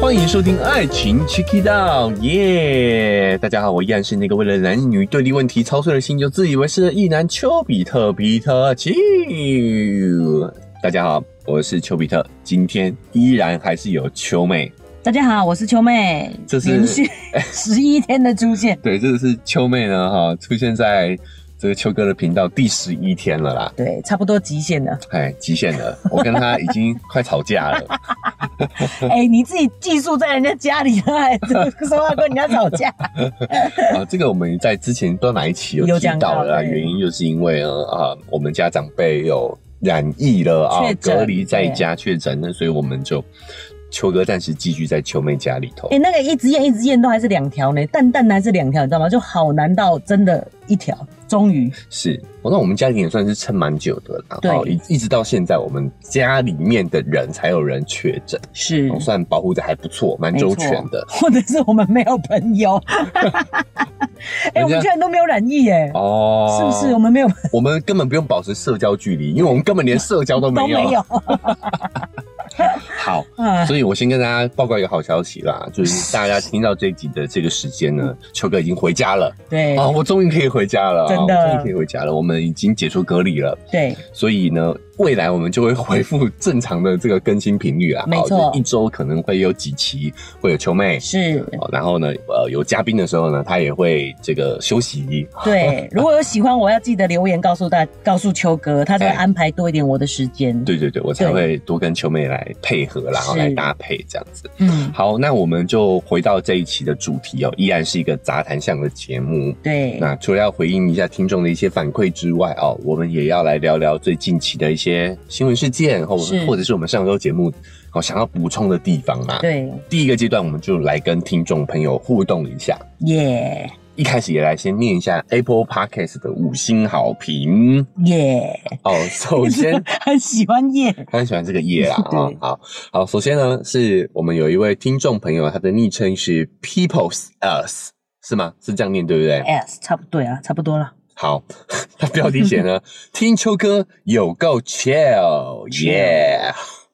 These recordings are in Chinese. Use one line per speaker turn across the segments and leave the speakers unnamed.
欢迎收听《爱情 Check It Out》，耶！大家好，我依然是那个为了男女对立问题操碎了心就自以为是的意男丘比特皮特丘。大家好，我是丘比特，今天依然还是有丘妹，
大家好，我是秋妹，
这是
连续十一天的出现，
对，这是丘妹呢哈，出现在这个丘哥的频道第十一天了啦，
对，差不多极限 了。
哎，极限了，我跟他已经快吵架了。
哎、你自己寄宿在人家家里了，还说话跟人家 吵架，
啊，这个我们在之前不知道哪一期有
有
提
讲
到
到
了啦，
对
原因就是因为呢啊，我们家长辈有染疫了啊
确，诊
隔离在家确诊了，所以我们就秋哥暂时寄居在秋妹家里头
哎、。那个一直验一直验都还是两条呢，蛋蛋还是两条，你知道吗？就好难到真的一条，终于
是，哦那我们家庭也算是撑蛮久的啦，
对
哦一一直到现在，我们家里面的人才有人确诊，
是
哦算保护的还不错，蛮周全的。
或者是我们没有朋友， 哎、
人家
我们居然都没有染疫耶、
哦，
是不是？我？们没有
我们根本不用保持社交距离，因为我们根本连社交都没
都
有。
没有
好，
啊？
所以我先跟大家报告一个好消息啦，就是大家听到这一集的这个时间呢，秋哥已经回家了
嗯对
啊，我终于可以回家了，啊
真的
我终于可以回家了，我们已经解除隔离了，
对，
所以呢，未来我们就会恢复正常的这个更新频率啊，
没
好
错
就是一周可能会有几期会有秋妹。
是。
好然后呢，呃，有嘉宾的时候呢，他也会这个休息。
对，如果有喜欢我，要记得留言告诉大， 告诉秋哥，他就会
哎
安排多一点我的时间。，
对对对，我才
对
会多跟秋妹来配合啦，然后
是
来搭配这样子。
嗯，
好，那我们就回到这一期的主题哦，依然是一个杂谈向的节目。
对，
那除了要回应一下听众的一些反馈之外哦，我们也要来聊聊最近期的一些新闻事件，或
是
或者是我们上周节目哦想要补充的地方啦。
对，
第一个阶段，我们就来跟听众朋友互动一下。
耶
一开始也来先念一下 Apple Podcast 的五星好评
耶，
哦。 首先
很喜欢耶，
他很喜欢这个夜 啦啊、
对
好好，首先呢，是我们有一位听众朋友，他的昵称是 People's Us，是吗？是这样念对不对？
s 差不多啊，差不多了，
好， 他标题写呢，听秋歌有够 chill，耶、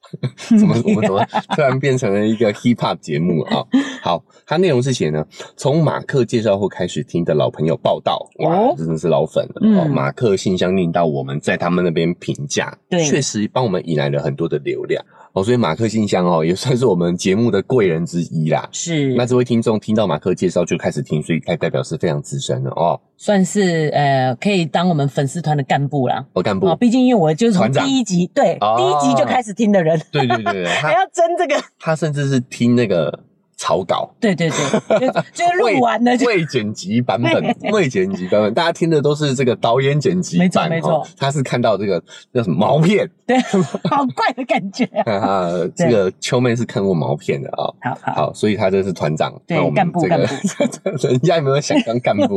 怎么我们怎么突然变成了一个 hip hop 节目啊、好，它内容是写呢，从马克介绍后开始听的老朋友报道，哇，
哦
真的是老粉了、哦。
嗯
马克信箱令到我们在他们那边评价，
对
确实帮我们引来了很多的流量哦。所以马克信箱哦，也算是我们节目的贵人之一啦。
是
那这位听众听到马克介绍就开始听，所以代代表是非常资深的哦。
算是呃，可以当我们粉丝团的干部啦。
哦，干部
哦，毕竟因为我就是从
团长
第一集，对，
哦
第一集就开始听的人，
对对对对，
还
他
要争 这个，
他甚至是听那个草稿，
对对对，就就录完了就。哎
未剪辑版本，未剪辑版本，大家听的都是这个导演剪辑
没错
版，
没错
哦他是看到这个叫什么毛片，
对， 好怪的感觉啊！
哈哈，这个秋妹是看过毛片的啊、
好好，
好，所以他这是团长，
对
那我们
干部
这个 人家有没有想当干部？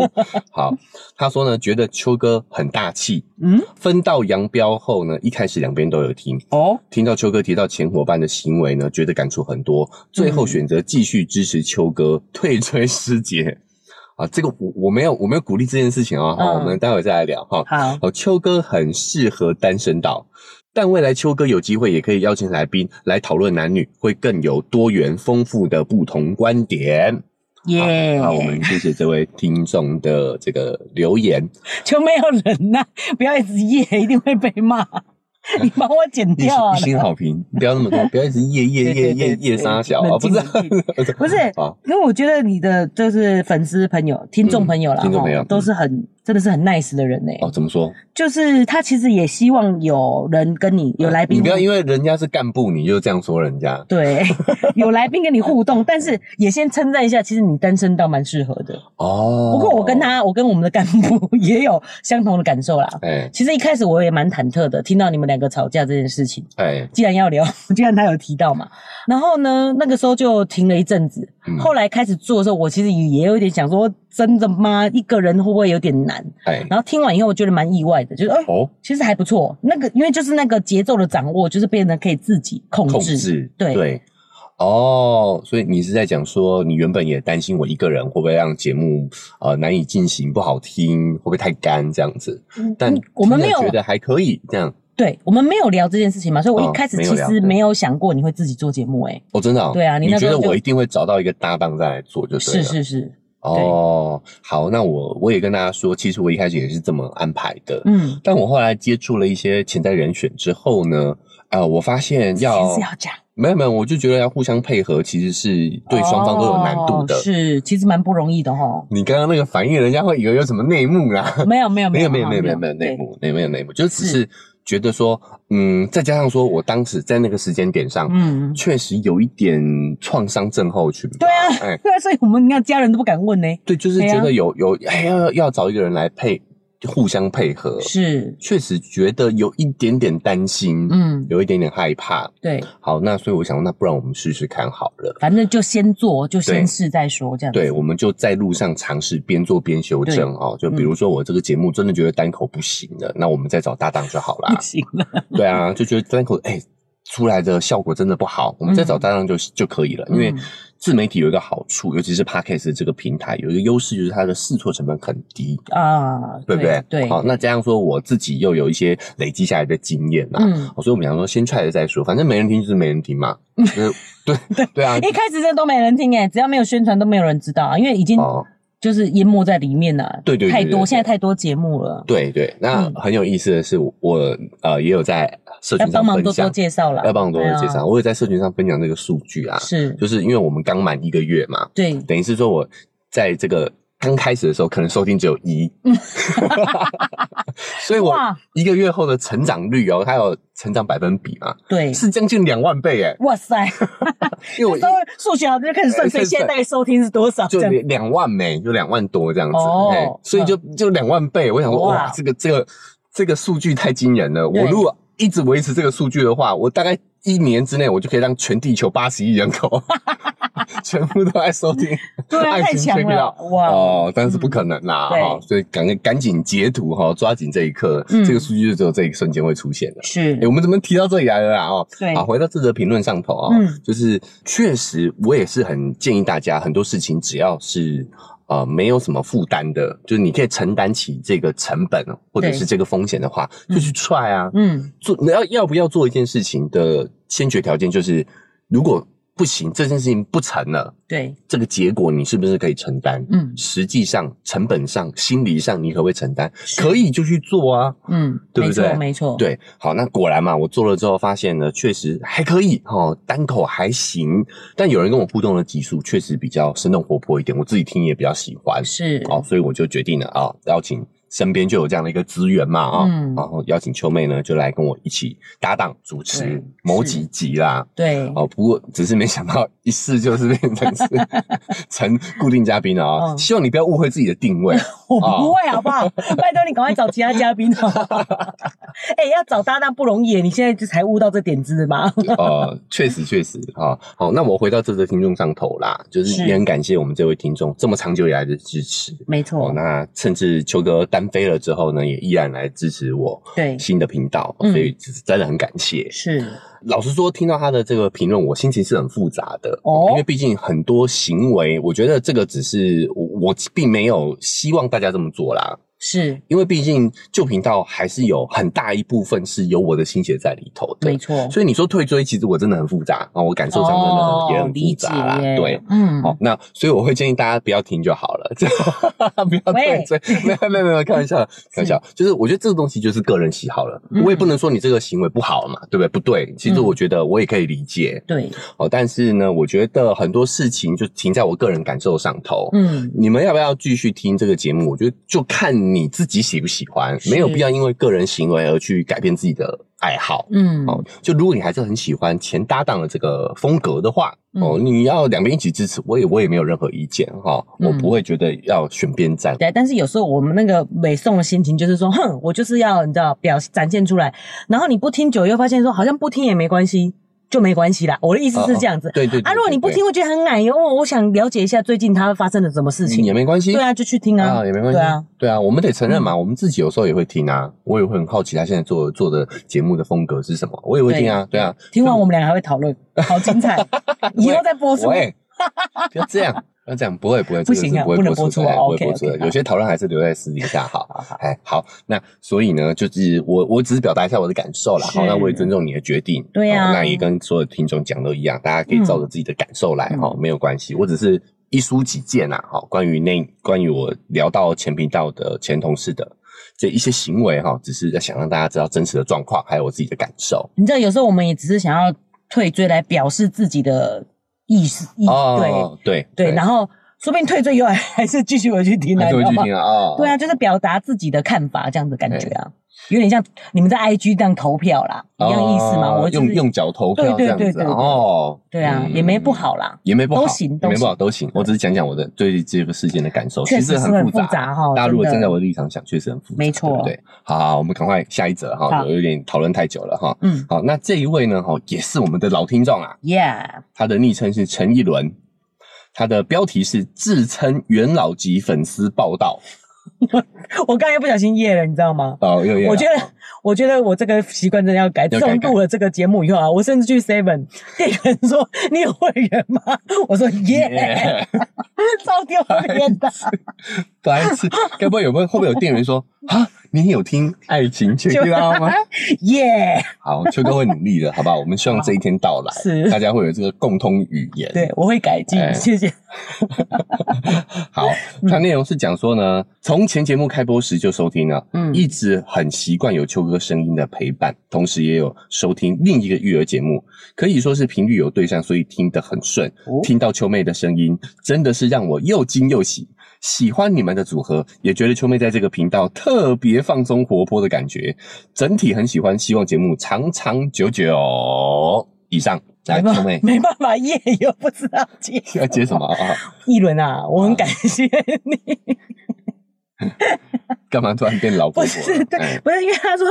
好，他说呢，觉得秋哥很大气，
嗯，
分道扬镳后呢，一开始两边都有听，
哦，
听到秋哥提到前伙伴的行为呢，觉得感触很多，最
嗯
后选择继续支持秋哥， 退追师姐。啊，这个我我没有我没有鼓励这件事情啊、哈、
嗯
我们待会再来聊哈。
好，
好，秋哥很适合单身岛，但未来秋哥有机会也可以邀请来宾来讨论男女，会更有多元丰富的不同观点。
耶！
好，我们谢谢这位听众的这个留 言。
就没有人呐、不要一直夜，一定会被骂。你帮我剪
一星
掉啊
一！星好评，不要那么多，不要一直夜夜夜夜夜杀小啊， 不是
不是
啊，
因为我觉得你的就是粉丝朋友、听众朋友啦，
嗯听众朋友
吼都是很真的是很 nice 的人呢、
哦，怎么说？
就是他其实也希望有人跟你有来
嗯
宾，
呃你不要因为人家是干部，你就这样说人家。
对 有来宾跟你互动，但是也先称赞一下，其实你单身倒蛮适合的。
哦，
不过我跟，他，我跟我们的干部 也有相同的感受啦。
哎
其实一开始我也蛮忐忑的，听到你们两个吵架这件事情。
哎，
既然要聊， 既然他有提到嘛，然后呢，那个时候就停了一阵子。
嗯
后来开始做的时候，我其实也有一点想说，真的吗？一个人会不会有点难？
哎，
然后听完以后，我觉得蛮意外的，就是哎、
哦，
其实还不错。那个因为就是那个节奏的掌握，就是变得可以自己控制。
控制，
对
对。哦，所以你是在讲说，你原本也担心我一个人会不会让节目呃难以进行，不好听，会不会太干这样子？
嗯
但
我们没有
听了觉得还可以这样，
对我们没有聊这件事情嘛，所以我
哦
一开始
没有
其
聊
实
对
没有想过你会自己做节目、欸，
哦，真的、哦？
对啊你
你
那时
觉
候
得
就
我一定会找到一个搭档再来做就对了。
是是是，
哦，好，那我我也跟大家说，其实我一开始也是这么安排的，
嗯，
但我后来接触了一些潜在人选之后呢，啊、我发现
嗯其实
要
是要讲
没有没有，我就觉得要互相配合，其实是对双方都有难度的。
哦是，其实蛮不容易的哈
。你刚刚那个反应，人家会以为有什么内幕啦。
没有没有
没有没有没有没有
哈
没有内
对
幕，没有没有内幕，就只是觉得说，嗯，再加上说我当时在那个时间点上，
嗯，
确实有一点创伤症候群。
对啊
哎，
对啊，所以我们你看家人都不敢问呢、
对，就是
对啊
觉得有有哎要要找一个人来配，互相配合，
是，
确实觉得有一点点担心，
嗯，
有一点点害怕。
对，
好，那所以我想，那不然我们试试看好了。
反正就先做，就
对
先试再说，这样子
对，我们就在路上尝试边做边修正哦。就比如
嗯
说我这个节目真的觉得单口不行了，那我们再找搭档就 好啦
不。行了。
对啊，就觉得单口哎、出来的效果真的不好，我们再找搭档就、就可以了。因为
嗯
自媒体有一个好处，尤其是 podcast 这个平台有一个优势，就是它的试错成本很低。
啊，
对不对？
对，
好，那加上说我自己又有一些累积下来的经验啊嘛，
嗯，
哦好所以我们想说先 try 了再说，反正没人听就是没人听嘛， 就是对对啊，
一开始这都没人听哎、只要没有宣传都没有人知道啊，因为已经
哦，
就是淹没在里面了。
对对对
太
对对
多，现在太多节目了，
对对，那
嗯
很有意思的是，我呃也有在社
要
群
帮
上
忙
分
多多
享，
介绍啦，
要帮忙多多介
对
绍，
啊，
我也在社群上分享这个数据啊，
是，
就是因为我们刚满一个月嘛，
对，
等于是说我在这个刚开始的时候可能收听只有 一，所以我
哇，
一个月后的成长率哦，它有成长百分比嘛，
对，
是将近两万倍哎，
哇塞，
因为 我一
稍微数学好就开始算，所以现在收听是多少？
就
这样
两两万呗，就两万多这样子，
哦
哎，所以就就两万倍。我想说，
哇
哇，这个这个这个数据太惊人了。
对
我如果一直维持这个数据的话，我大概一年之内，我就可以让全地球八十亿人口 全部都在收听
对啊，
爱
太
情
强
催眠
了
药，
哇，
哦，但是不可能啦，
嗯
哈，所以赶赶紧截图哈，抓紧这一刻，
嗯
这个数据就只有这一瞬间会出现的。
是
哎，，我们怎么提到这里来了啊？哦，
对
好，，回到这则评论上头啊、
嗯
就是确实我也是很建议大家，很多事情只要是呃没有什么负担的，就是你可以承担起这个成本哦或者
对
是这个风险的话，
嗯
就去 try 啊。
嗯，
做你要要不要做一件事情的先决条件就是，如果不行，这件事情不成了，
对，
这个结果你是不是可以承担？
嗯
实际上、成本上、心理上，你可不可以承担？
是
可以就去做啊。
嗯，
对不
没错
对
没错，，
对，好，那果然嘛，我做了之后发现呢，确实还可以哦，单口还行，但有人跟我互动的集数确实比较生动活泼一点，我自己听也比较喜欢，
是，
哦，所以我就决定了啊、邀请身边就有这样的一个资源嘛啊、
嗯
然后邀请秋妹呢就来跟我一起搭档主持
对
某
是
几集啦。
对，
哦，不过只是没想到一试就是变成 是成固定嘉宾了啊、
嗯
希望你不要误会自己的定位。
我不会好不好？ 拜托你赶快找其他嘉宾 哦。哎、要找搭档不容易耶，你现在就才悟到这点子 吗？
呃，确实确实啊、好，那我回到这则听众上头啦，就是
是
也很感谢我们这位听众这么长久以来的支持。
没
哦
错，，
那甚至秋哥单飞了之后呢，也依然来支持我
对，
新的频道，
嗯
所以真的很感谢。
是
老实说，听到他的这个评论，我心情是很复杂的
哦
因为毕竟很多行为，我觉得这个只是我我并没有希望大家这么做啦，
是，
因为毕竟旧频道还是有很大一部分是有我的心血在里头的
没。错。
所以你说退追，其实我真的很复杂啊、我感受上真的很也很复
哦理解
杂啦。
耶
对，，
嗯，
好、那所以我会建议大家不要听就好了， 这不要退追，没有没有没有，开玩 笑的，开玩笑，就是我觉得这个东西就是个人喜好了，
嗯
我也不能说你这个行为不好嘛，对不对？不对，其实
嗯
我觉得我也可以理解，
对，
哦，但是呢，我觉得很多事情就停在我个人感受上头。
嗯，
你们要不要继续听这个节目？我觉得就看你自己喜不喜欢，没有
是
必要因为个人行为而去改变自己的爱好。
嗯，
哦，就如果你还是很喜欢前搭档的这个风格的话，
嗯
哦，你要两边一起支持，我也我也没有任何意见哈、我
嗯
不会觉得要选边站。
对，但是有时候我们那个美颂的心情就是说，哼，我就是要你知道表展现出来，然后你不听久了又发现说好像不听也没关系，就没关系啦。我的意思是这样子、
对对对
啊，如果你不听，，我觉得很奶油，哦我想了解一下最近他发生了什么事
对
情，
也没关系。
对啊，就去听啊，
也没关系。
对啊，，
对啊，我们得承认嘛，我们自己有时候也会听啊。我也会很好奇他现在做做的节目的风格是什么，我也会听啊。对啊，
听完我们俩还会讨论，好精彩，以后再播是
我
吗？
哎，不要这样。 那这样不会不会，
哦不
这个
行
是
啊
不会
不能
播出
播
的，
出啊
哎不会
OK，
播出
OK，
的。有些讨论还是留在私底下哈。
好好，
哎，好，那所以呢，就是我我只是表达一下我的感受啦，
是
好，那我也尊重你的决定，
对啊
哦那也跟所有听众讲都一样，大家可以照着自己的感受来
嗯
哈、哦，没有关系，我只是一抒己见呐、啊，好、关于那关于我聊到前频道的前同事的这一些行为哈、只是在想让大家知道真实的状况，还有我自己的感受。
你知道有时候我们也只是想要退追来表示自己的意思意嗯对
哦，对
对，然后说不定退追以后还还是继续回去听啊，
那就会
你
去
知道吗
听啊，哦，
对啊，就是表达自己的看法这样的感觉啊，
哎
有点像你们在 IG 这样投票啦，一
哦，
样意思嘛。我就是
用用脚投票这
对对
样
对
子
对
啊
对
哦，
对啊，
嗯
也没不好啦，
也没不好，
都行
也没不好，
都
都行。我只是讲讲我的对这个事件的感受，
确
其
实
实
是
很
很复
杂。
杂哈。
大家如果站
真
在
的，
我的立场想，确实很复杂，
没错
对不对？好好，我们赶快下一则哈，
好
有点讨论太久了哈。
嗯
好，那这一位呢，哈，也是我们的老听众啊，
，Yeah，
他的昵称是陈一伦，他的标题是自称元老级粉丝报道
我刚才又不小心 Yeah 了，你知道吗？
哦，又有
我觉得，我觉得我这个习惯真的要改。
要改
重度了这个节目以后啊，我甚至去 Seven 店员说：“你有会员吗？”我说：“耶，
耶，
超丢 脸的。
白痴，该不会有没有后面有店员说啊，你有听《爱情切割》吗？
耶，
好，秋哥会努力的，好不好？我们希望这一天到来，
是
大家会有这个共通语言。
对，我会改进
哎，
谢谢。
好，
嗯
它内容是讲说呢，从前节目开播时就收听了，
嗯
一直很习惯有秋哥声音的陪伴，同时也有收听另一个育儿节目，可以说是频率有对上，所以听得很顺。
哦
听到秋妹的声音，真的是让我又惊又喜。喜欢你们的组合，也觉得秋妹在这个频道特别放松活泼的感觉，整体很喜欢，希望节目长长久久。以上，来
没办
秋妹
没办法，耶，又不知道接
要接什么啊？啊
一轮啊，我很感谢你。
干嘛突然变老婆
不
婆了？
是对
哎，
不是因为他说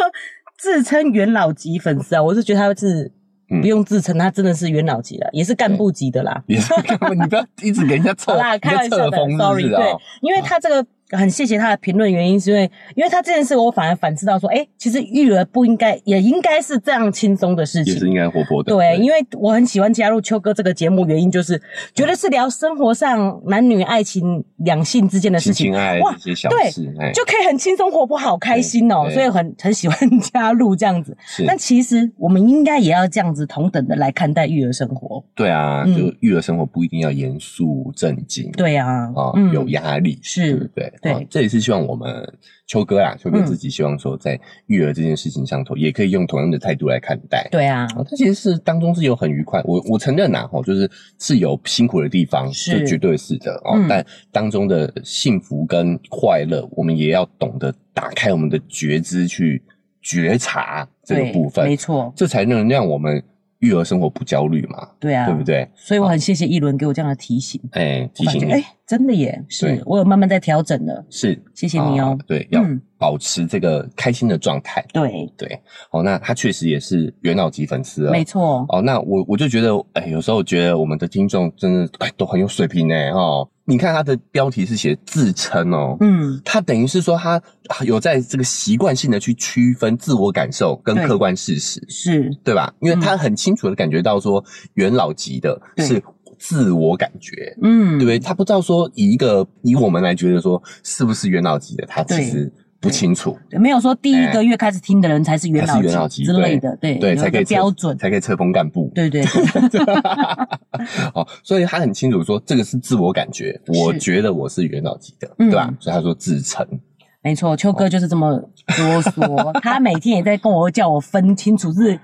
自称元老级粉丝啊，我是觉得他是
嗯
不用自称，他真的是元老级了，也是干部级的啦。
你是干嘛？你不要一直给人家测，
好啦，开玩
你在
笑
测
的
风是
，sorry。
不是啊
对，因为他这个很谢谢他的评论，原因是因为，因为他这件事，我反而反思到说，哎、其实育儿不应该，也应该是这样轻松的事
也是
情。
应该活泼的。
对，因为我很喜欢加入秋哥这个节目，原因就是觉得是聊生活上男女爱情、两性之间的事
亲
情
情，爱
哇
这些小
对
事，哎，
就可以很轻松活泼，好开心哦、
对对
所以很 很喜欢加入这样子。
是
但其实我们应该也要这样子同等的来看待育儿生活。
对啊，
嗯
就育儿生活不一定要严肃正经，
对啊，
啊，有压力
是
对不对？
对嗯
啊这也是希望我们秋哥啊，秋哥自己希望说，在育儿这件事情上头，也可以用同样的态度来看待。
对啊，
啊，它其实是当中是有很愉快，我我承认呐，哈，就是是有辛苦的地方，
是
这绝对是的哦。
嗯
但当中的幸福跟快乐，我们也要懂得打开我们的觉知去觉察这个
对，
部
没
分，
错，
这才能让我们育儿生活不焦虑嘛，
对啊，
对不？对？
所以我很谢谢一轮给我这样的提醒，
哎，提
我
醒
感
你
觉哎、真的耶，
对
是我有慢慢在调整了，
是，
谢谢你哦
啊，对，要
嗯
保持这个开心的状态。
对，
对，哦，那他确实也是元老级粉丝哦。
没错，
哦，那我我就觉得，哎、有时候觉得我们的听众真的哎都很有水平哎哦。你看他的标题是写自称哦，
嗯，
他等于是说他啊有在这个习惯性的去区分自我感受跟
对
客观事实，
是，
对吧？因为他很清楚的感觉到说，元老级的
嗯对
是自我感觉，
嗯，
对不对？他不知道说以一个以我们来觉得说是不是元老级的，他其
对
实不清楚，
对？没有说第一个月开始听的人才是元
哎才是元
老
老
级
级
之类的，对，
对，
有
才
一
可
个
以册
标准，
才可以册封干部。
对对对，
哦，所以他很清楚说这个是自我感觉，
是
我觉得我是元老级的，
嗯
对吧？所以他说自称，
没错，秋
哦
哥就是这么啰嗦，他每天也在跟我叫我分清楚是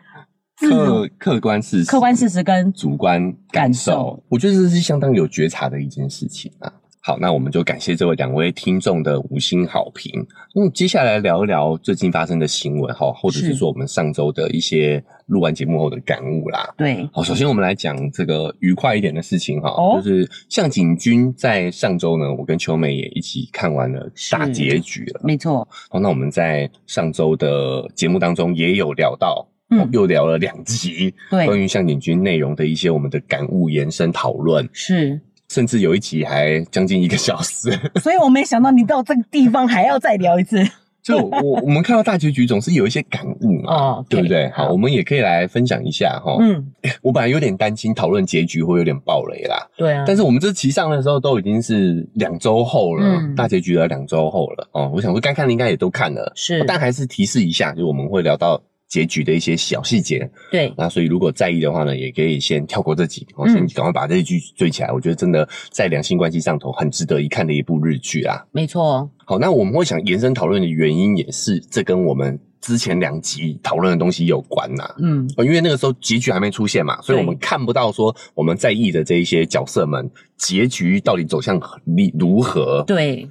客客观事实，
嗯客观事实跟
主观感受，
感受
我觉得这是相当有觉察的一件事情啊。好，那我们就感谢这位两位听众的五星好评。那、接下来聊一聊最近发生的新闻哈，或者
是
是说我们上周的一些录完节目后的感悟啦。
对，
好，首先我们来讲这个愉快一点的事情哈，
哦
就是向井君在上周呢，我跟秋美也一起看完了大
是
结局了。
没错，
好，那我们在上周的节目当中也有聊到，
嗯
又聊了两集关
对，
于向井君内容的一些我们的感悟、延伸讨论，
是，
甚至有一集还将近一个小时。
所以我没想到你到这个地方还要再聊一次，
就我我们看到大结局总是有一些感悟嘛，
哦，
对不对？好，我
们
们也可以来分享一下哈。
嗯，
我本来有点担心讨论结局会有点爆雷啦，
对啊，
但是我们这期上的时候都已经是两周后了，
嗯
大结局的两周后了哦。我想说该看的应该也都看了，
是
但还是提示一下，就我们会聊到结局的一些小细节。
对，
那所以如果在意的话呢，也可以先跳过这集，哦，
嗯
先赶快把这一剧追起来。我觉得真的在两性关系上头很值得一看的一部日剧啊。
没错，
好，那我们会想延伸讨论的原因，也是这跟我们之前两集讨论的东西有关呐、
嗯，
哦，因为那个时候结局还没出现嘛，所以我们看不到说我们在意的这一些角色们结局到底走向如如何。
对，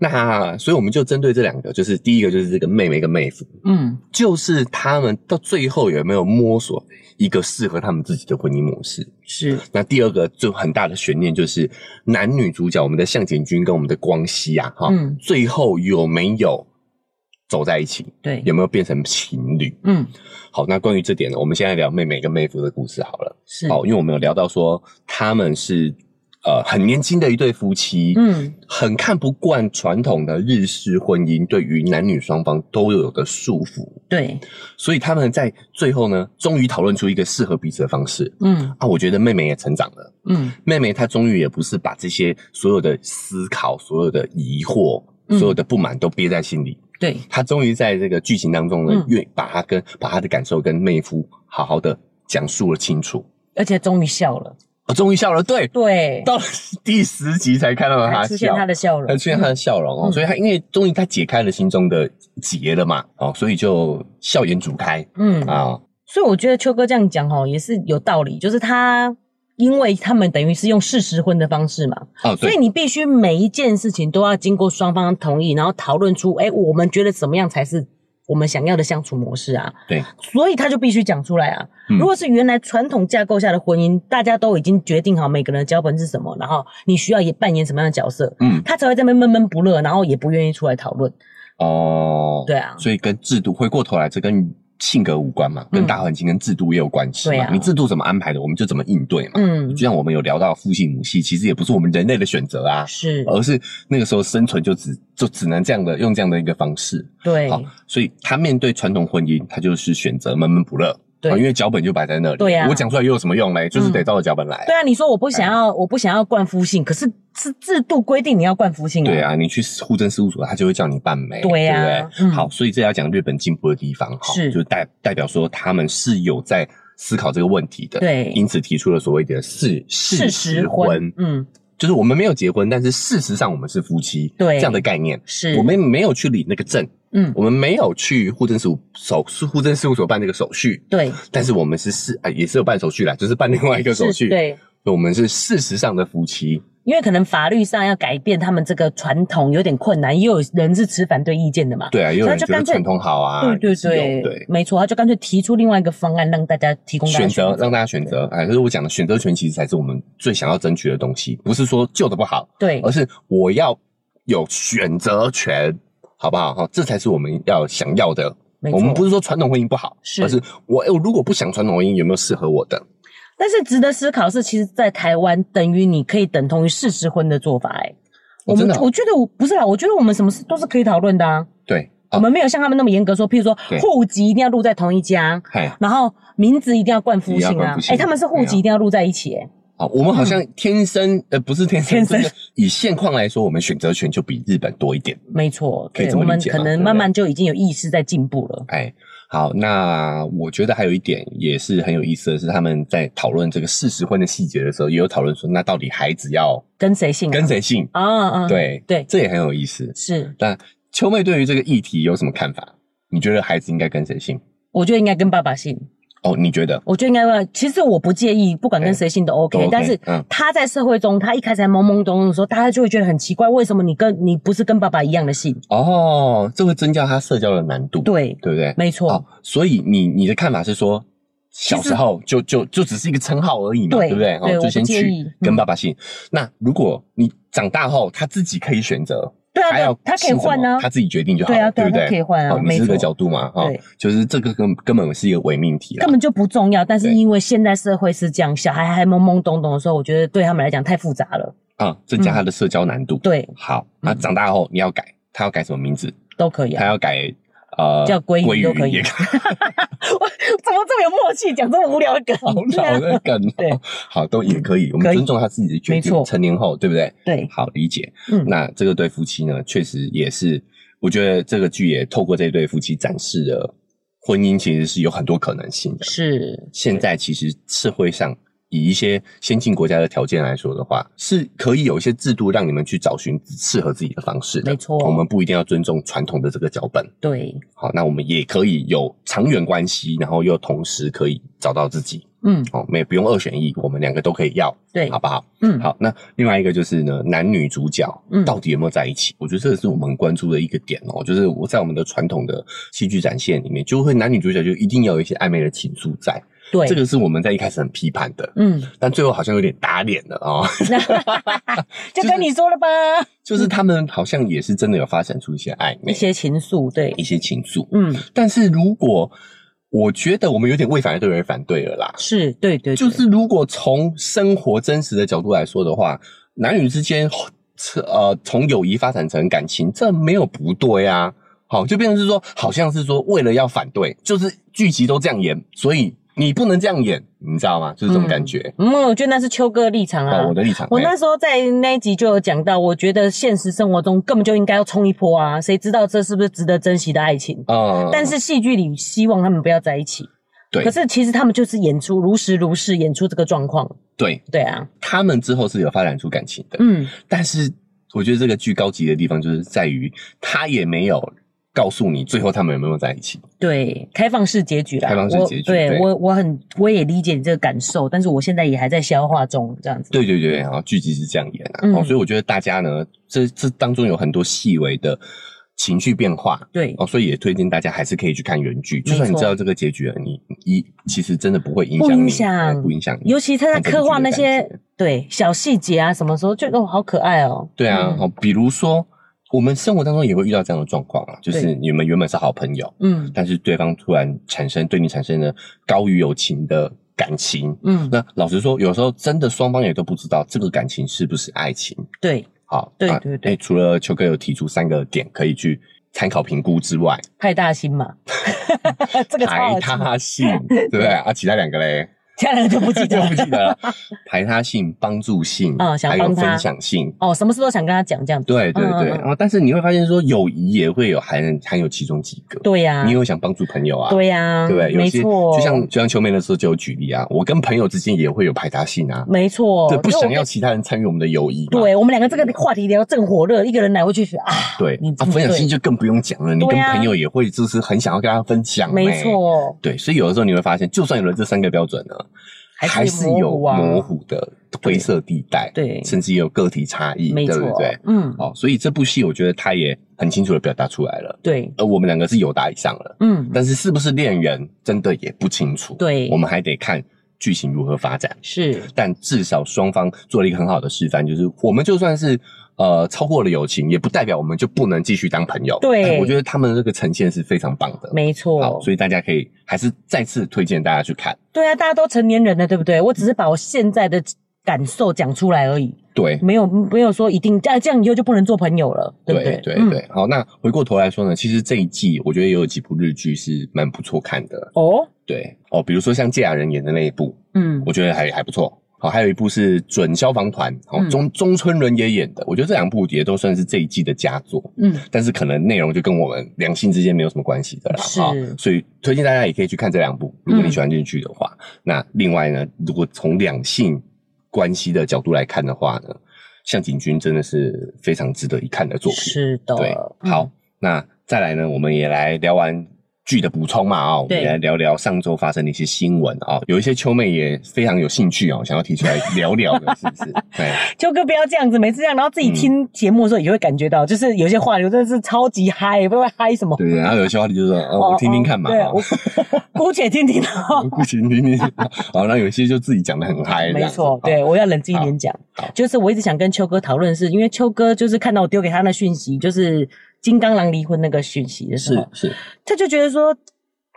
那所以我们就针对这两个，就是第一个就是这个妹妹跟妹夫，
嗯，
就是他们到最后有没有摸索一个适合他们自己的婚姻模式。
是，
那第二个就很大的悬念就是男女主角，我们的向井君跟我们的光熙啊，哈、
嗯
最后有没有走在一起，
对，
有没有变成情侣？
嗯，
好，那关于这点呢，我们现在聊妹妹跟妹夫的故事好了。
是，
好，因为我们有聊到说他们是呃很年轻的一对夫妻，
嗯，
很看不惯传统的日式婚姻对于男女双方都有的束缚，
对，
所以他们在最后呢，终于讨论出一个适合彼此的方式。
嗯
啊，我觉得妹妹也成长了。
嗯，
妹妹她终于也不是把这些所有的思考、所有的疑惑、
嗯
所有的不满都憋在心里，
对，
她终于在这个剧情当中呢
嗯，
愿、把她跟把她的感受跟妹夫好好的讲述了清楚。
而且终于笑了，
我、终于笑了，对，
对，
到了 第十集才看到她
还出现
笑。
他的笑
才
容
出，现她的笑容哦，
嗯
所以她因为终于她解开了心中的结了嘛，哦，所以就笑颜逐开
嗯，
啊，
所以我觉得秋哥这样讲哦，也是有道理，就是他。因为他们等于是用事实婚的方式嘛，
哦，
所
对
以，你必须每一件事情都要经过双方同意，然后讨论出，哎、我们觉得怎么样才是我们想要的相处模式啊？
对，
所以他就必须讲出来啊。
嗯
如果是原来传统架构下的婚姻，大家都已经决定好每个人的脚本是什么，然后你需要也扮演什么样的角色，
嗯，
他才会在那边闷闷不乐，然后也不愿意出来讨论。
哦，
对啊，
所以跟制度回过头来，这跟性格无关嘛，
嗯
跟大环境、跟制度也有关系
对
嘛。
啊
你制度怎么安排的，我们就怎么应对嘛。
嗯
就，像我们有聊到父系母系，其实也不是我们人类的选择啊，
是，
而是那个时候生存就只就只能这样的用这样的一个方式。
对，
好，所以他面对传统婚姻，他就是选择闷闷不乐。
对
啊因为脚本就摆在那里，
对啊
我讲出来又有什么用嘞？就是得
嗯
照着脚本来啊、
对啊，你说我不想要，我不想要灌夫性，可是是制度规定你要灌夫性啊。
对，啊，你去户政事务所，他就会叫你办媒，
对啊
不对？
嗯
好，所以这要讲日本进步的地方，哈，
是
就代代表说他们是有在思考这个问题的，
对
因此提出了所谓的事事实婚，
嗯，
就是我们没有结婚，但是事实上我们是夫妻，
对
这样的概念。
是，
我们没有去领那个证，
嗯，
我们没有去户政事务手户政事务所办那个手续，
对，
但是我们是事啊也是有办手续啦，就是办另外一个手
是
续。，
对。
我们是事实上的夫妻，
因为可能法律上要改变他们这个传统有点困难，也有人是持反对意见的嘛。
对啊，也有
所以
人
就
觉得
干脆
传统好啊，
对对
自由
对
对。
没错，他就干脆提出另外一个方案，让大家提供大
选
家
择让大家选择，哎，就是我讲的选择权，其实才是我们最想要争取的东西，不是说旧的不好，
对
而是我要有选择权，好不好？哈，这才是我们要想要的。
没
我们不
错。
是说传统婚姻不好，
是
而是我哎我如果不想传统婚姻，有没有适合我的？
但是值得思考是，其实，在台湾等于你可以等同于事实婚的做法、哎，
哦
我们、
真的啊
我觉得我不是啦，我觉得我们什么事都是可以讨论的啊。
对，
我
啊，
们没有像他们那么严格说，譬如说
对
户籍一定要录在同一家，
嗨，
然后名字一定要冠夫
一定要
姓
冠
啊
夫。姓
哎、他们是户籍一定要录在一起、哎，
好，我们好像天生呃不是天生，
天生
就是以现况来说，我们选择权就比日本多一点。
没错，
可以
对
这么
我们
理解嘛啊
可
对不
能
对
慢慢就已经有意识在进步了。
哎，好，那我觉得还有一点也是很有意思的是，他们在讨论这个事实婚的细节的时候，也有讨论说，那到底孩子要
跟谁姓、啊？
跟谁姓？
啊啊，
对，
对，
这也很有意思。
是，
那秋妹对于这个议题有什么看法？你觉得孩子应该跟谁姓？
我觉得应该跟爸爸姓，
哦，你觉得？
我觉得应该问，其实我不介意，不管跟谁姓都 OK，,
都 OK，
但是
嗯
他在社会中，他一开始还懵懵懂懂的时候，大家就会觉得很奇怪，为什么你跟你不是跟爸爸一样的姓？
哦，这会增加他社交的难度，
对，
对不对？
没错，
哦，所以你你的看法是说，
实
小时候就就就只是一个称号而已嘛，
对
对不对？
对我
就
不
先
介
去
意
跟
嗯
爸爸姓。那如果你长大后，他自己可以选择，
对啊，
他
对啊
要
他可
姓
以
什么
换啊，
他自己决定就好
对啊，
了，
对啊，
不
他
对？
可以换啊，
哦，你
没
是这
错
个，角度嘛，哈、
对
就是这个根根本是一个伪命题啦
根。本就不重要。但是
对
因为现在社会是这样，小孩还懵懵懂懂的时候，我觉得对他们来讲太复杂了。
啊、增加他的社交难度。
嗯对，
好，那
嗯
长大后你要改，他要改什么名字？
都可以
他
啊。
要改呃
叫鲑鱼都可以
也可以
我 怎么这么有默契，讲这么无聊的梗？
好老的梗哦、
嗯对
好都也可以，我
可
们
以
尊重他自己的决
没
定。
错
成年后，对不对？
对，
好理解。
嗯
那这个对夫妻呢，确实也是，我觉得这个剧也透过这对夫妻展示了婚姻其实是有很多可能性的。
是
现在其实社会上以一些先进国家的条件来说的话，是可以有一些制度让你们去找寻适合自己的方式的。
没错
我们不一定要尊重传统的这个脚本。
对，
好，那我们也可以有长远关系，然后又同时可以找到自己。
嗯，
哦，没不用二选一，我们两个都可以要，
对
好，不好？
嗯，
好，那另外一个就是呢，男女主角
嗯
到底有没有在一起？我觉得这个是我们很关注的一个点哦，就是我在我们的传统的戏剧展现里面，就会男女主角就一定要有一些暧昧的情愫在，
对，
这个是我们在一开始很批判的，
嗯，
但最后好像有点打脸了哦，
就跟你说了吧，
就是他们好像也是真的有发展出一些暧昧
一、些情愫，对，
一些情愫，
嗯，
但是如果我觉得我们有点为反对而反对了啦，
是对对，对
就是如果从生活真实的角度来说的话，男女之间呃从友谊发展成感情，这没有不对啊。好，就变成是说，好像是说为了要反对，就是剧集都这样演，所以你不能这样演，你知道吗？就是这种感觉。
嗯，我觉得那是秋哥的立场啊
哦，我。的立场，
我那
哎
时候在那一集就有讲到，我觉得现实生活中根本就应该要冲一波啊！谁知道这是不是值得珍惜的爱情？
嗯
但是戏剧里希望他们不要在一起，
对
可是其实他们就是演出如实如是演出这个状况，
对
对啊，
他们之后是有发展出感情的，
嗯，
但是我觉得这个剧高级的地方就是在于，他也没有告诉你最后他们有没有在一起。
对，开放式结局啦，
开放式
我
结局对
对我我很我也理解你这个感受，但是我现在也还在消化中，这样子，
对对对，然后剧集是这样演啊，
嗯
哦，所以我觉得大家呢，这这当中有很多细微的情绪变化
对
哦，所以也推荐大家还是可以去看原剧，就
没错
算你知道这个结局了，你一其实真的不会影响
不
你，
影响
哎不影响你。
尤其他在
看这
刻
部剧
画
的
那
感
些
觉
对小细节啊，什么时候就哦好可爱哦，
对啊，
嗯
哦，比如说我们生活当中也会遇到这样的状况啊，就是
对
你们原本是好朋友，
嗯
但是对方突然产生对你产生了高于友情的感情。
嗯，
那老实说，有时候真的双方也都不知道这个感情是不是爱情。
对，
好，
对
啊
对对
诶除了秋哥有提出三个点可以去参考评估之外，
派大星嘛， 这个超
排
好记，
他性，对不对？ 啊，其他两个嘞
其他人就不记得
就 不记得了。排他性、帮助性，
嗯想
还有
帮他
分享性。
哦，什么事都想跟他讲这样子，
对对对，
嗯嗯
然后但是你会发现说，友谊也会有含含有其中几个，
对呀
啊你，也会想帮助朋友啊，
对呀，
对不对？有
嗯没
些
错，
就像就像秋妹的时候就有举例啊，我跟朋友之间也会有排他性啊，
哦没错，
对，不
因为我
想要
跟。
其他人参与我们的友谊嘛，
对啊我们两个这个话题聊得正火热，一个人来回去啊，
对
你
啊，
真的
分享
对
性就更不用讲了，你
对
跟
啊
朋友也会就是很想要跟他分享、欸
没。错，
对，所以有的时候你会发现，就算有了这三个标准呢，
还是
还有
模糊啊
模糊的灰色地带，
对
甚至也有个体差异，
没
对
错
不对？，
嗯，
哦，所以这部戏我觉得他也很清楚的表达出来了，
对，
而我们两个是有答以上了，
嗯，
但是是不是恋人真的也不清楚，
对
我们还得看剧情如何发展。
是，
但至少双方做了一个很好的示范，就是我们就算是呃超过了友情，也不代表我们就不能继续当朋友。
对
哎我觉得他们这个呈现是非常棒的。
没
好，
错，
所以大家可以还是再次推荐大家去看。
对啊，大家都成年人了，对不对？我只是把我现在的感受讲出来而已，
对。
没有没有说一定啊这样这样以后就不能做朋友了，嗯对不对？
对
嗯
对，好，那回过头来说呢，其实这一季我觉得也有几部日剧是蛮不错看的，
哦，
对哦，比如说像芥雅人演的那一部，
嗯，
我觉得还还不错。好，还有一部是《准消防团》，哦，
嗯
中中村伦也演的，我觉得这两部也都算是这一季的佳作。
嗯，
但是可能内容就跟我们两性之间没有什么关系的啦，
是嗯
啊所以推荐大家也可以去看这两部，如果你喜欢进去的话。那另外呢，如果从两性关系的角度来看的话呢，向井君真的是非常值得一看的作品。
是的，
对，
嗯
好，，呃那再来呢，我们也来聊完剧的补充嘛啊、我们
对
也来聊聊上周发生的一些新闻啊、有一些秋妹也非常有兴趣哦，想要提出来聊聊的， 是不是？对，
秋哥不要这样子，每次这样，然后自己
嗯
听节目的时候也会感觉到，就是有些话流真的是超级嗨，不知道嗨什么。
对，然后有些话题就是说，哦，
哦
我听听看嘛，
哦对
哦
我 姑且听听哦。
不行，你你好，那哦有些就自己讲的很嗨，这
没
样子哦
错，对，我要冷静一点讲
好好。
就是我一直想跟秋哥讨论的是，因为秋哥就是看到我丢给他那讯息，就是金刚狼离婚那个讯息的时
是
候，
是，
他就觉得说，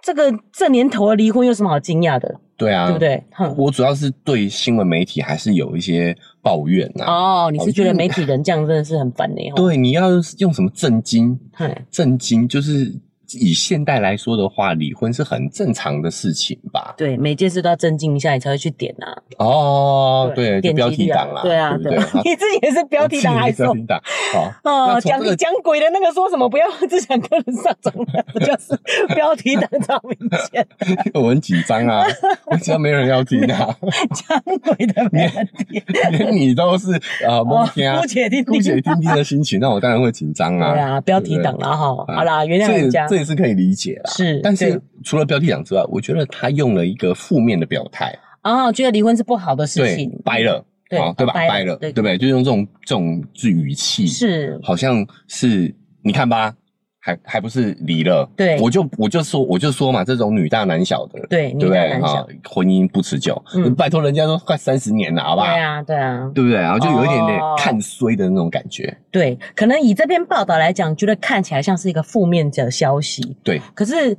这个这年头的离婚有什么好惊讶的？
对啊，
对不？对？哼，
我主要是对新闻媒体还是有一些抱怨呐、
哦，你是觉得媒体人这样真的是很烦呢？吼，
对，你要用什么震惊？
哼
震惊就是以现代来说的话，离婚是很正常的事情吧？
对，每件事都要震惊一下，你才会去点啊。
哦，对，就
点
标
击
题
率啊
党啦，
对啊，
不对？好
你自己也是标题党还说
标。题党，好，
哦，
那从
讲
这个
讲鬼的那个说什么不要只想跟人上床的，不就是标题党超明 显？
我很紧张 啊，我知道没有人要听啊，
讲鬼的没人听，
连你都是啊，
哦
蒙天啊
姑，且听
姑
听。
且听听的 心情，那我当然会紧张
对
啊，
啊，标题党啦哈，
啊
好啦，原谅
这也
人家
这也是可以理解啦。
是，
但是
对
除了标题党之外，我觉得他用了一个负面的表态，
啊，觉得离婚是不好的事
对
情，，
掰了，
对
啊对吧？
掰了
掰了，对不
对
对？就用这种这种语气，
是
好像是你看吧，还还不是离了？
对
我就我就说我就说嘛，这种女大男小的，
对，女
对不
大
对？
男
哈
小，，
婚姻不持久，
嗯
拜托人家都快三十年了，好不
对
好？
啊，对啊，
对不对？然后就有一点点
哦
看衰的那种感觉，
对，可能以这篇报道来讲，觉得看起来像是一个负面的消息，
对，
可是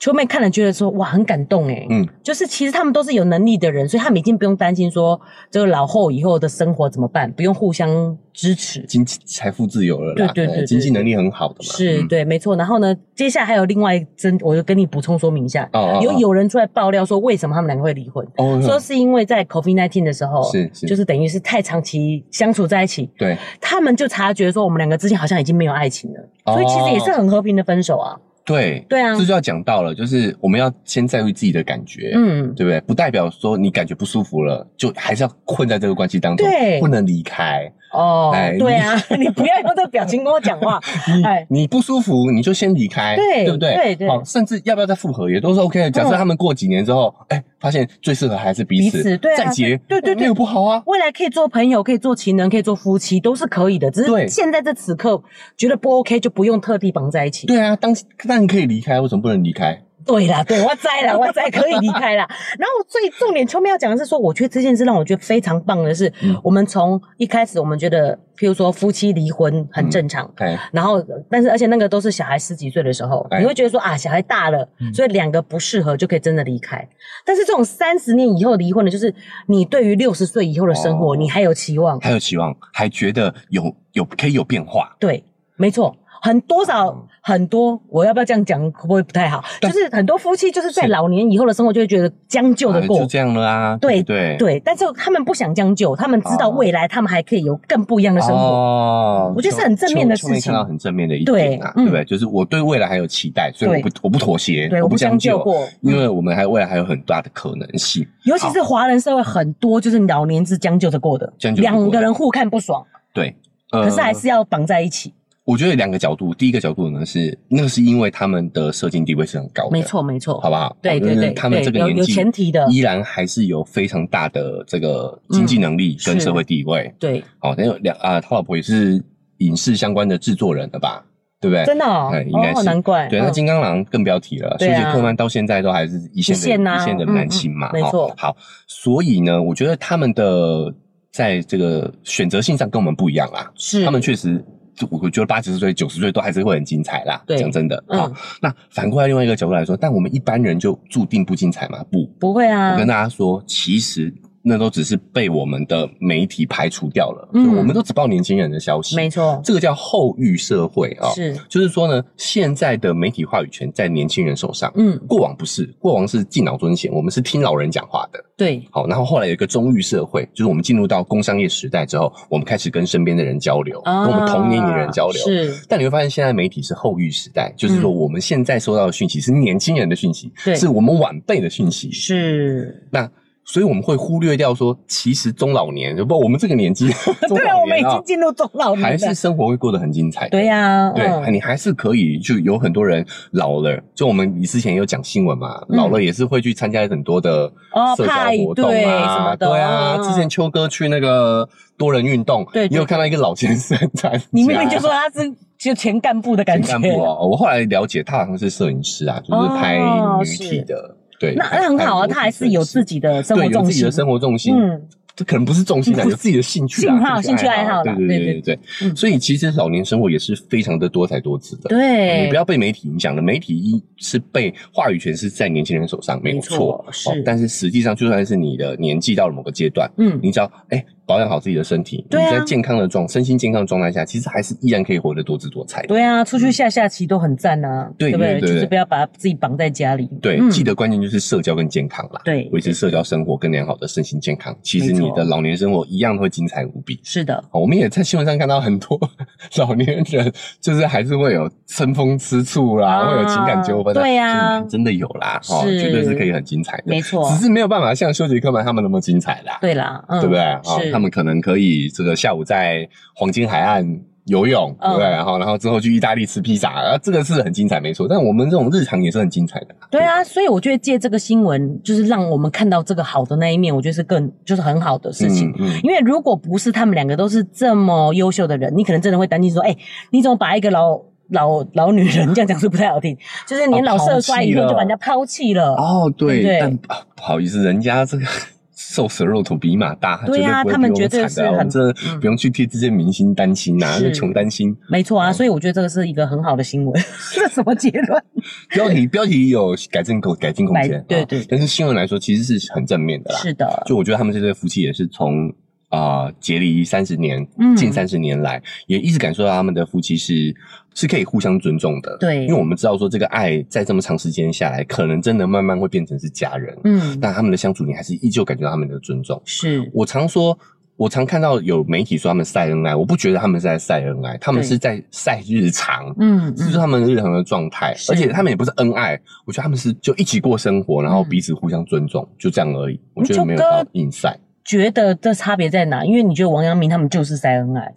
秋妹看了觉得说哇，很感动哎，
嗯，
就是其实他们都是有能力的人，所以他们已经不用担心说这个老后以后的生活怎么办，不用互相支持。
经济财富自由了啦，
对对对
哎
对
经济能力很好的嘛，
是
嗯
对，没错。然后呢，接下来还有另外一真，我就跟你补充说明一下，
哦哦，
有
哦
有人出来爆料说为什么他们两个会离婚，
哦
说是因为在 COVID 1 9的时候，
是是
就是等于是太长期相处在一起，
对
他们就察觉说我们两个之间好像已经没有爱情了，所以其实也
哦
是很和平的分手啊。
对
对啊
这就要讲到了，就是我们要先在乎自己的感觉，
嗯，
对不对？不代表说你感觉不舒服了，就还是要困在这个关系当中，
对
不能离开。
哦
哎，
对啊， 你不要用这个表情跟我 讲话。哎
你你不舒服，你就先离开，
对
对不对？
对对
好，甚至要不要再复合也都是 OK 的。假设他们过几年之后，哎，发现最适合还是彼此，
嗯彼此对啊
再结，
对对对对
没有不好啊。
未来可以做朋友，可以做情人，可以做夫妻，都是可以的。只
对
是现在这此刻觉得不 OK，就不用特地绑在一起。
对啊，当当然可以离开，为什么不能离开？
对啦，对我在 啦，我在可以离开啦。然后最重点，秋妹要讲的是说，我觉得这件事让我觉得非常棒的是，
嗯
我们从一开始我们觉得，譬如说夫妻离婚很正常。
哎，
然后，但是而且那个都是小孩十几岁的时候，
哎嗯
你会觉得说啊，小孩大了，所以两个不适合就可以真的离开。但是这种三十年以后离婚的，就是你对于六十岁以后的生活，
哦
你还有期望。
还有期望，还觉得有有可以有变化。
对，没错，很多少、
嗯
很多，我要不要这样讲会不会不太好？
对
就是很多夫妻就是在
是
老年以后的生活就会觉得将就
啊
的过。
就这样了啊，
对
不对
对，但是他们不想将就，他们知道
哦
未来他们还可以有更不一样的生活。
哦
我觉得是很正面的
秋秋妹
事情
看到很正面的一点啊，
对嗯
对不对？就是我对未来还有期待，所以我
对
不我不妥协，
对，我
不
不
将
将
就
就，过，嗯
因为我们还未来还有很大的可能性。
尤其是华人社会很多就是老年是将就着过的，
将就着过
两个人互看不爽，
对，呃
可是还是要绑在一起。
我觉得有两个角度，第一个角度呢是那个是因为他们的社经地位是很高的，
没，错，没错，
好不好？
对
好
对
就是
对，
他们
对
这个
有
年
有
纪
前提的，
依然还是有非常大的这个经济能力跟
是
社会地位。
对，
好，那有两啊，他老婆也是影视相关的制作人的吧？对不对？
真的哦
哎，应该
哦
是
难怪，
对，
嗯
那金刚狼更不要提了，休
对
杰
啊
克曼到现在都还是一线的
一线啊
一线的男星嘛，
嗯嗯没
哦
错
好，所以呢，我觉得他们的在这个选择性上跟我们不一样啦，
是
他们确实。我我觉得八十岁、九十岁都还是会很精彩啦。
对
讲真的
嗯
好，那反过来另外一个角度来说，但我们一般人就注定不精彩吗？不，
不会啊，
我跟大家说，其实那都只是被我们的媒体排除掉了，
嗯
就我们都只报年轻人的消息。
没错，
这个叫后育社会啊、
是，
就是说呢，现在的媒体话语权在年轻人手上，
嗯，
过往不是，过往是敬老尊贤，我们是听老人讲话的。
对，
好，然后后来有一个中育社会，就是我们进入到工商业时代之后，我们开始跟身边的人交流，跟我们同年龄的人交流。
啊是，
但你会发现，现在媒体是后育时代，就是说
嗯
我们现在收到的讯息是年轻人的讯息，
对
是我们晚辈的讯息。
是，
那所以我们会忽略掉说，其实中老年，不，我们这个年 纪，中
对啊，
老
我们已
年
经
啊，
进入中老年
还
了
是，生活会过得很精彩的。
对呀，
对，哎
嗯
你还是可以，就有很多人老了，就我们之前有讲新闻嘛，
嗯
老了也是会去参加很多的
哦
社交
派
活动
对
啊，
什么的
对啊。
嗯
之前秋哥去那个多人运动，
对对
你有看到一个老先生 参加？
你明明就说他是就前干部的感
前
觉
干，部哦，我后来了解他好像是摄影师啊，就是拍
哦
女体的，对，
那那很好啊，
拍
他还是有自己的生
对
活
有
重
自己
心
的，生活重心，
嗯，
这可能不是重 心啊，有自己的兴趣啊，
兴好兴趣爱好
对
啦
对对
对
对对。
嗯
所以其实老年生活也是非常的多才多姿的。
对，
你不要被媒体影响了，媒体一是被话语权是在年轻人手上，没有
没
错
错。
哦
是
但是实际上，就算是你的年纪到了某个阶段，
嗯，
你只要哎、保养好自己的身体，
对啊
你在健康的状、身心健康的状态下，其实还是依然可以活得多姿多彩的。
对啊，出去下下棋都很赞啊，
嗯对
不
对对对
就是不要把自己绑在家里。
对，
嗯
记得关键就是社交跟健康啦，
对
维持社交生活跟良好的身心健康，其实
没错
你的老年生活一样会精彩无比。
是的，
好我们也在新闻上看到很多 老年人，就是还是会有争风吃醋啦，
啊
会有情感纠纷啊，
对啊
其实真的有啦，哦，
是
绝对是可以很精彩的，
没错
只，是没有办法像休杰克曼他们那么精彩啦，
对啦，嗯，
对不对？啊、
是
他们可能可以这个下午在黄金海岸游泳，
嗯
对不对？然后，然后之后去意大利吃披萨，啊，这个是很精彩，没错。但我们这种日常也是很精彩的啦，
对啊，所以我觉得借这个新闻，就是让我们看到这个好的那一面，我觉得是更就是很好的事情。
嗯嗯
因为如果不是他们两个都是这么优秀的人，你可能真的会担心说，哎、你怎么把一个老老老女人这样讲是不太好听，就是年老色衰以后就把人家抛弃了。
哦，对，
对不对
但啊，不好意思，人家这个 瘦死的肉土比马大，
对啊
绝
他们
对不会
绝
比我
对
们惨的啊，
是
我们
很嗯
真的不用去替这些明星担心呐、啊，
是
那穷担心。
没错啊，所以我觉得这个是一个很好的新闻。 这什么结论？啊
标题标题有改正空改进空间
改，对
啊
对对
但是新闻来说，其实 是很正面的啦。
是的，
就我觉得他们这对夫妻也是从啊、呃结离三十年，
嗯
近三十年来，也一直感受到他们的夫妻是是可以互相尊重的。
对
因为我们知道说这个爱在这么长时间下来，可能真的慢慢会变成是家人，
嗯，
但他们的相处，你还是依旧感觉到他们的尊重。
是
我常说，我常看到有媒体说他们晒恩爱，我不觉得他们是在晒恩爱，他们
对
是在晒日常。
嗯，
这就是
嗯
他们日常的状态，
是
而且他们也不是恩爱，我觉得他们是就一起过生活，然后
嗯
彼此互相尊重，就这样而已。我觉得没有到硬塞。
觉得这差别在哪？因为你觉得王阳明他们就是塞恩爱，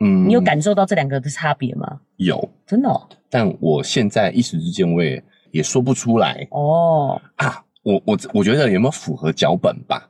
嗯，
你有感受到这两个的差别吗？
有，
真的哦，
但我现在一时之间我也也说不出来
哦
啊。我我我觉得有没有符合脚本吧？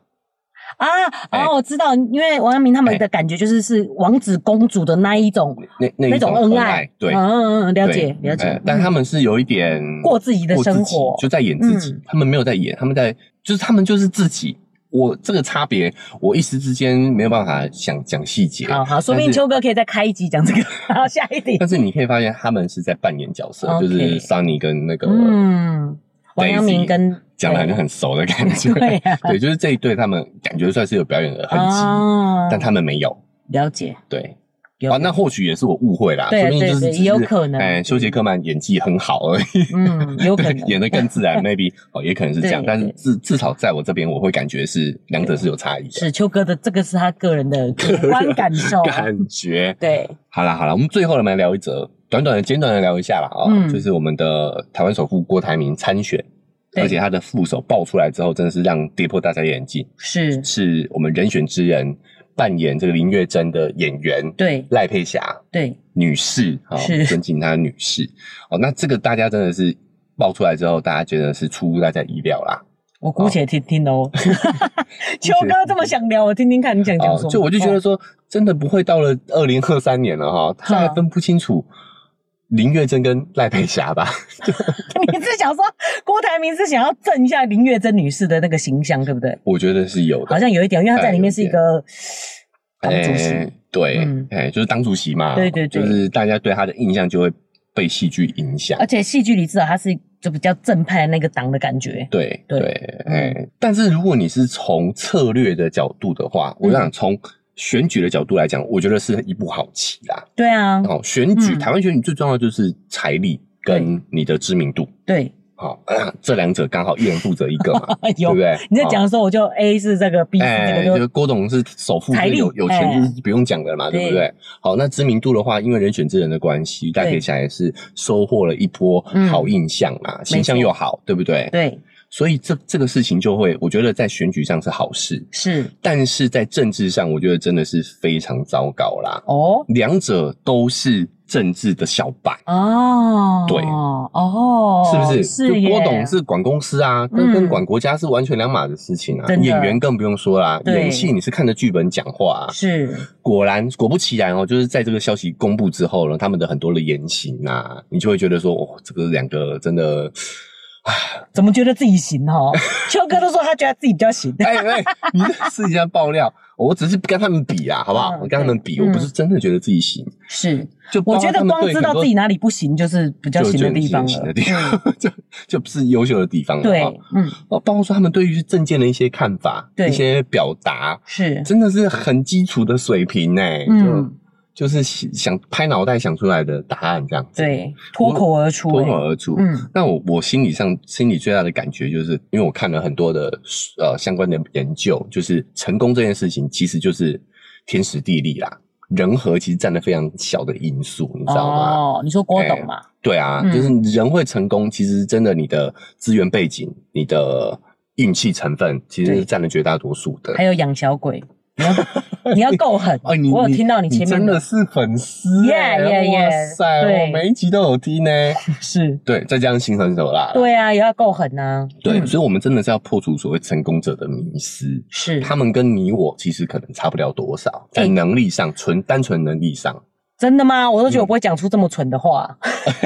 啊，
哎
哦，我知道，因为王阳明他们的感觉就是是王子公主的那一种，
那那
那
一
种
恩
恩爱
对，
嗯嗯嗯，了
对
解了
哎
解，
但
嗯
他们是有一点
过自己的
过自
生
己
活，
就在演自己
嗯，
他们没有在演，他们在就是他们就是自己。我这个差别，我一时之间没有办法想讲细节。
好好，说不定
但是
秋哥可以再开一集讲这个。好，下 一题，
但是你可以发现，他们是在扮演角色
OK
就是 Sunny 跟那个
嗯，王阳明
Daisy
跟
讲的好像很熟的感觉。
对啊呀
对，就是这一对他们感觉算是有表演的痕迹，
啊
但他们没有。
了解，
对
有
啊，那或许也是我误会啦，
对
说不定就是
对对
只是
有可能
哎，修杰克曼演技很好而已，
嗯，有可能
演的更自 然，maybe 哦，也可能是这样。
对
但是
对
至至少在我这边，我会感觉是两者是有差异的。。
是秋哥的，这个是他个人的主观感受
感觉。
对，
好啦好啦，我们最后我们来聊一则，短短的、简短的聊一下啦啊、
嗯
就是我们的台湾首富郭台铭参选，
对
而且他的副手爆出来之后，真的是让跌破大家眼镜，
是，
是我们人选之人扮演这个林月珍的演员
对，
赖佩霞
对，
女士啊，
是
我们尊敬她的女士哦，那这个大家真的是爆出来之后，大家觉得是出乎大家意料啦。
我姑且听 听哦。 秋哥这么想聊，我听听看你想讲
啊
什，么。哦
就我就觉得说，真的不会到了二零二三年了哈，他还分不清楚林月珍跟赖佩霞吧？
哦， 你是想说郭台铭是想要震一下林月珍女士的那个形象，对不对？
我觉得是有的，
好像有一点，因为他在里面是一个党啊主席。
哎对，哎、
嗯
就是当主席嘛，
对对对
就是大家对他的印象就会被戏剧影响
而。且戏剧里至少他是就比较正派那个党的感觉。
对
对嗯
哎、但是如果你是从策略的角度的话，
嗯
我想从选举的角度来讲，我觉得是一步好棋啦。
对啊，
好、选举，
嗯
台湾选举最重要的就是财力跟你的知名度。
对，
好、 啊这两者刚好一人负责一个嘛，对
有
不对？
你在
好
讲的时候，我就 A 是这个，B 是
哦哎，
这
就
个，
是
就
郭董是首富，就
财
是
力
有有钱
哎
就是不用讲的嘛，对不
对
对？好，那知名度的话，因为人选之人的关系，大铁侠也是收获了一波
嗯
好印象嘛，形象又好，对不对？
对，
所以这这个事情就会，我觉得在选举上是好事，
是
但是在政治上，我觉得真的是非常糟糕啦。
哦
两者都是政治的小白。
哦，
对
哦，
是不是？
是
就
耶
郭董是管公司啊，跟
嗯
跟管国家是完全两码的事情啊。
真的
演员更不用说啦，
对
演戏你是看着剧本讲话啊。
是
果然，果不其然哦，就是在这个消息公布之后呢，他们的很多的言行啊，你就会觉得说，哦，这个两个真的，
怎么觉得自己行哦？秋哥都说他觉得自己比较行，
哎哎，你这私底下爆料，我只是跟他们比啊，好不好？
嗯
我跟他们比，
对
我不是真的觉得自己行。
是，
就
我
包括
觉
他
得
们
光
对
知
很
道
多
自己哪里不行，就是比较
就
行
就
的地方
行
了嗯
的。地方， 就就不是优秀的地方了。
对
哦，
嗯，
哦，包括说他们对于证件的一些看法、
对
一些表达，
是，
真的是很基础的水平呢、
嗯，
就就是想拍脑袋想出来的答案这样子，，
对，脱口而出、
脱
欸
口而出。
嗯，
那我我心理上心里最大的感觉就是，因为我看了很多的呃相关的研究，就是成功这件事情其实就是天时地利啦，人和其实占了非常小的因素，你知道吗？
哦，你说郭董嘛？
对啊，
嗯
就是人会成功，其实真的你的资源背景、你的运气成分，其实
对
是占了绝大多数的
还。有养小鬼，你要你要够狠。
哎，你
我有听到你前面
真的是粉丝耶
Yeah, yeah,
哇
yeah，
塞，
对
我每一集都有听欸呢。
是，
对，再加上新手手啦，
对啊，也要够狠呐、啊。
对，
嗯
所以我们真的是要破除所谓成功者的迷思，
是
他们跟你我其实可能差不了多少，在
哎
能力上，纯单纯能力 上，
真的吗？我都觉
嗯
得我不会讲出这么蠢的话，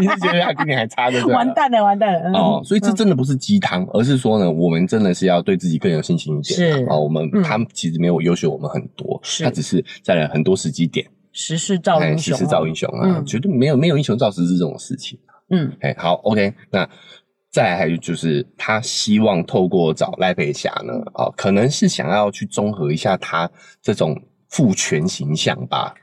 你是觉得他跟你还差的，
完蛋了，完蛋了。嗯
啊哦，所以这
嗯
真的不是鸡汤，而是说呢，我们真的是要对自己更有信心一点啊。
是
哦，我们、
嗯
他们其实没有优秀我们很多，
是
他只是在了很多时机点，
时势造英
时
雄，
势造英雄啊，
嗯
绝对没有没有英雄造时势这种事情。
嗯，
哎，好，OK，那再来还有就是他希望透过找赖佩霞呢，哦，可能是想要去综合一下他这种父权形象吧，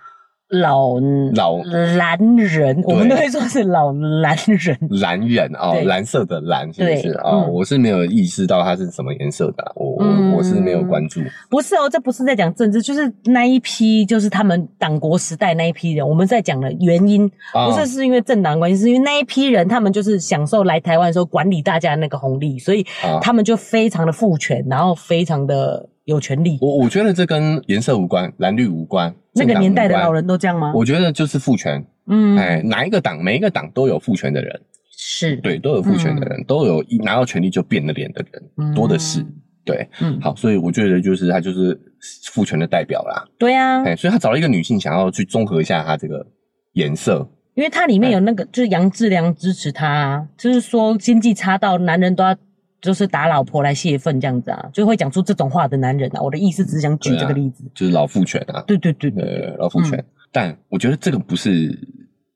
老
老
嗯男人，我们都会说是老男人。
蓝人哦
对，
蓝色的蓝是不是
对
啊、哦
嗯
我是没有意识到它是什么颜色的啊，我我、
嗯
我是没有关注。
不是哦，这不是在讲政治，就是那一批，就是他们党国时代那一批人，我们在讲的原因，
啊
不是是因为政党关系，是因为那一批人他们就是享受来台湾的时候管理大家的那个红利，所以
啊
他们就非常的父权，然后非常的有权利。
我我觉得这跟颜色无关，蓝绿无关，
那
政
个
党
年代的
无关
老，人都这样吗？
我觉得就是父权。
嗯，
哎，哪一个党，每一个党都有父权的人，
是，
对，都有父权的人，都有一拿到权力就变了脸的人，
嗯
多的是。对，
嗯，
好，所以我觉得就是他就是父权的代表啦。
对啊，
哎，所以他找了一个女性，想要去综合一下她这个颜色，
因为它里面有那个，就是杨志良支持他、啊，就是说经济差到男人都要就是打老婆来泄愤这样子啊，就会讲出这种话的男人啊。我的意思只是想举
对啊
这个例子。
就是老父权啊。
对对对对对。
呃，老父权，
嗯
但我觉得这个不是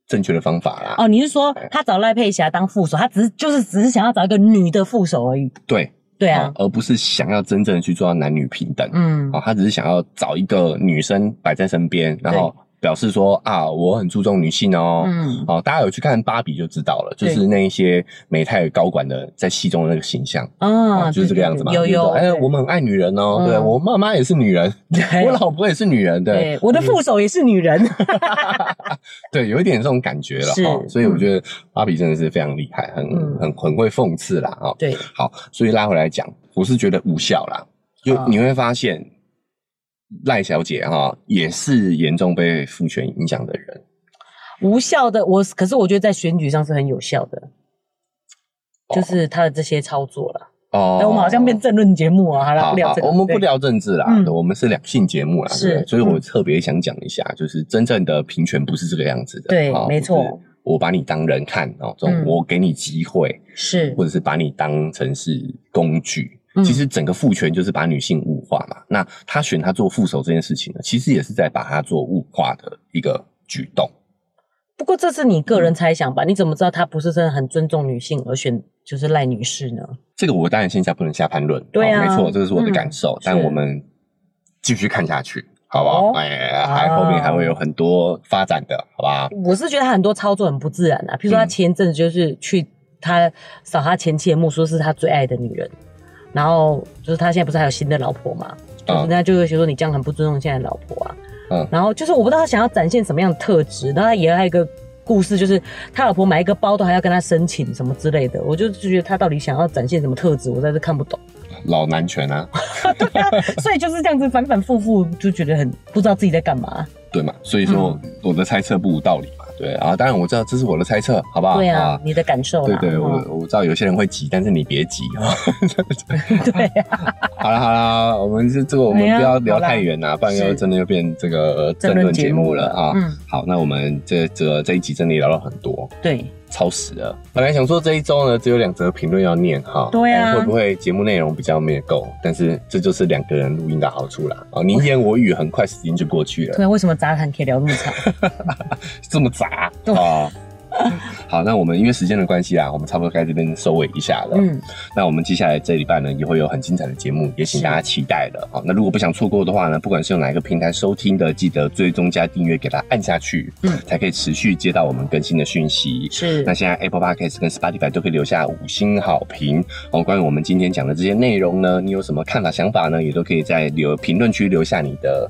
正确的方法啦。
哦，你是说他找赖佩霞当副手，他只是就是只是想要找一个女的副手而已。
对
对
哦
啊，
而不是想要真正的去做到男女平等。
嗯
哦，他只是想要找一个女生摆在身边，然后表示说啊，我很注重女性哦。
嗯，
哦，大家有去看《芭比》就知道了，就
对
是那一些美泰高管的在戏中的那个形象
啊，
哦就是这个样子嘛。
对对对有有，
就是说哎，
对
我们很爱女人哦，
嗯
对我妈妈也是女 人，
对
我老婆也是女人，对
对，我的副手也是 女人。
对，有一点这种感觉了
是
哈，所以我觉得芭比真的是非常厉害，很、
嗯
很很会讽刺啦哦哈。
对，
好，所以拉回来讲，我是觉得无效啦，就
啊
你会发现赖小姐哈也是严重被父权影响的人，
无效的我，可是我觉得在选举上是很有效的，
哦
就是他的这些操作了。
哦
哎、我们好像变政论节目啊，好了，
好
不聊
好
这，个，
我们不
对。
聊政治啦，
嗯
对我们是两性节目啦，
是嗯
对不对所以我特别想讲一下，就是真正的平权不是这个样子的，
对
哦
没错。
就是我把你当人看哦，这种
嗯
我给你机会，
是
或，者是把你当成是工具。
嗯
其实整个父权就是把女性物化嘛。那他选她做副手这件事情呢，其实也是在把她做物化的一个举动。
不过这是你个人猜想吧？你怎么知道他不是真的很尊重女性而选就是赖女士呢？
这个我当然线下不能下判论，
对啊
好没错，这个是我的
嗯
感受。但
是
我们继续看下去，好不好？
哦
哎，还
啊
后面还会有很多发展的，好吧？
我是觉得他很多操作很不自然啊，譬如说他
嗯
前一阵子就是去他扫他前妻的墓，说是他最爱的女人，然后就是他现在不是还有新的老婆嘛？就是人
嗯
家就会觉得说你这样很不尊重现在的老婆啊。
嗯
然后就是我不知道他想要展现什么样的特质，然后他也还有一个故事，就是他老婆买一个包都还要跟他申请什么之类的，我就觉得他到底想要展现什么特质，我在这看不懂。
老男权啊，
对啊，所以就是这样子反反复复，就觉得很不知道自己在干嘛。
对嘛？所以说
嗯
我的猜测不无道理嘛，对啊。当然我知道这是我的猜测，好不好？
对啊，你的感受
对
啦。
对，我
嗯
我知道有些人会急，但是你别急啊。
对啊，哎
好了好了，我们这这个我们不要聊太远啦，不然又真的又变这个呃
争
政
论
论
节
节
目
目
了
了啊。
嗯，
好，那我们这这这一集真的聊了很多，
对，
超时了。本来想说这一周呢只有两则评论要念哈，哎
对啊
看会不会节目内容比较没有够？但是这就是两个人录音的好处啦。哦，你言我语，很快时间就过去了
对，，为什么杂谈可以聊 那么长？
这么杂
对
哦。 好，那我们因为时间的关系啊，我们差不多该这边收尾一下了。
嗯，
那我们接下来这礼拜呢，也会有很精彩的节目，也请大家期待了。好，那如果不想错过的话呢，不管是用哪一个平台收听的，记得追踪加订阅，给它按下去，
嗯
才可以持续接到我们更新的讯息。
是
那现在 Apple Podcast 跟 Spotify 都可以留下五星好评哦。关于我们今天讲的这些内容呢，你有什么看法、想法呢？也都可以在留评论区留下你的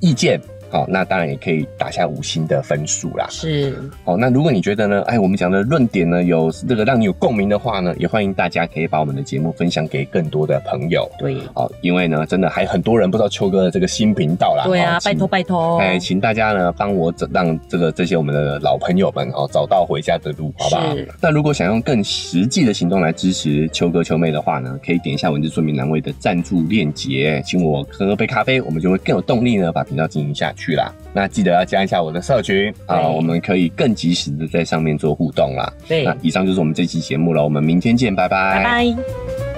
意见。好、那当然也可以打下五星的分数啦。
是，
好，哦那如果你觉得呢，哎，我们讲的论点呢有这个让你有共鸣的话呢，也欢迎大家可以把我们的节目分享给更多的朋友。
对，
好，因为呢，真的还很多人不知道秋哥的这个新频道啦。
对
好
啊，
请
拜托拜托，
哎，请大家呢帮我找让这个这些我们的老朋友们哦找到回家的路，好不好
是？
那如果想用更实际的行动来支持秋哥秋妹的话呢，可以点一下文字说明栏位的赞助链接，请我喝杯咖啡，我们就会更有动力呢把频道经营下去啦。那记得要加一下我的社群啊，
对
我们可以更及时的在上面做互动啦。
对，
那以上就是我们这期节目了，我们明天见，拜
拜拜。